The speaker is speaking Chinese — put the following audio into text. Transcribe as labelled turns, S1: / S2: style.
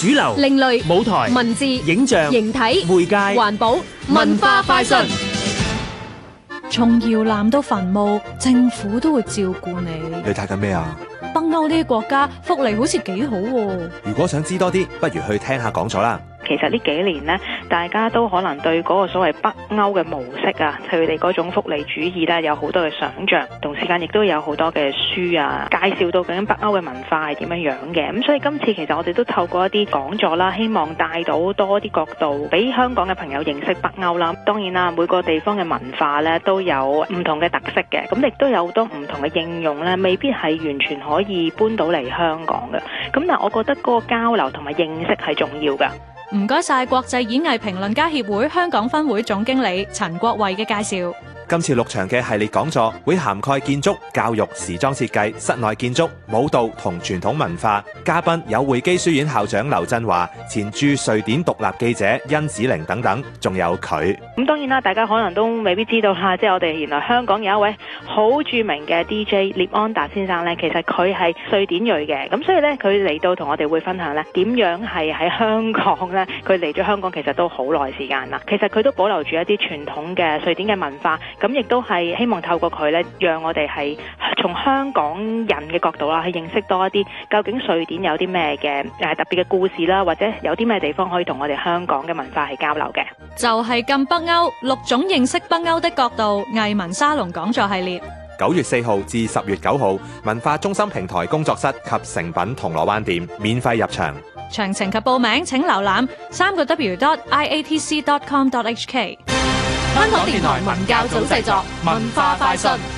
S1: 主流、
S2: 另類
S1: 舞台、
S2: 文字、
S1: 影像、
S2: 形體、
S1: 媒介、
S2: 環保、文化快訊。
S3: 從搖籃到墳墓，政府都會照顧你。
S4: 你睇緊咩啊？
S3: 北歐呢啲國家福利好似幾好喎、
S4: 如果想知多啲，不如去聽下講座啦。
S5: 其實呢幾年呢，大家都可能對嗰個所謂北歐嘅模式啊，佢哋嗰種福利主義咧，有好多嘅想像，同時間亦都有好多嘅書啊，介紹到究竟北歐嘅文化係點樣樣嘅。咁所以今次其實我哋都透過一啲講座啦，希望帶到多啲角度，俾香港嘅朋友認識北歐啦。當然啦，每個地方嘅文化咧都有唔同嘅特色嘅，咁亦都有好多唔同嘅應用咧，未必係完全可以搬到嚟香港嘅。咁但係我覺得嗰個交流同埋認識係重要㗎。
S3: 唔該晒國際演藝評論家協會香港分會總經理陳國慧嘅介紹。
S4: 今次六場嘅系列講座會涵蓋建築、教育、時裝設計、室內建築、舞蹈同傳統文化。嘉賓有會基書院校長劉振華、前駐瑞典獨立記者殷子玲等等，仲有佢。
S5: 咁當然啦，大家可能都未必知道啦，即係我哋原來香港有一位好著名嘅 DJ 聶安達先生呢，其實佢係瑞典裔嘅，咁所以呢，佢嚟到同我哋會分享呢點樣係喺香港呢。佢嚟咗香港其實都好耐時間啦，其實佢都保留住一啲傳統嘅瑞典嘅文化，咁亦都係希望透過佢呢，讓我哋係從香港人嘅角度啦，去認識多一啲究竟瑞典有啲咩嘅誒特別嘅故事啦，或者有啲咩地方可以同我哋香港嘅文化係交流嘅。
S3: 就係咁北歐六種認識北歐的角度藝文沙龍講座系列。
S4: 九月四號至十月九號，文化中心平台工作室及誠品銅鑼灣店免費入場。
S3: 詳情及報名請瀏覽三個 W dot iatc dot com dot hk。
S2: 香港電台文教組製作，文化快訊。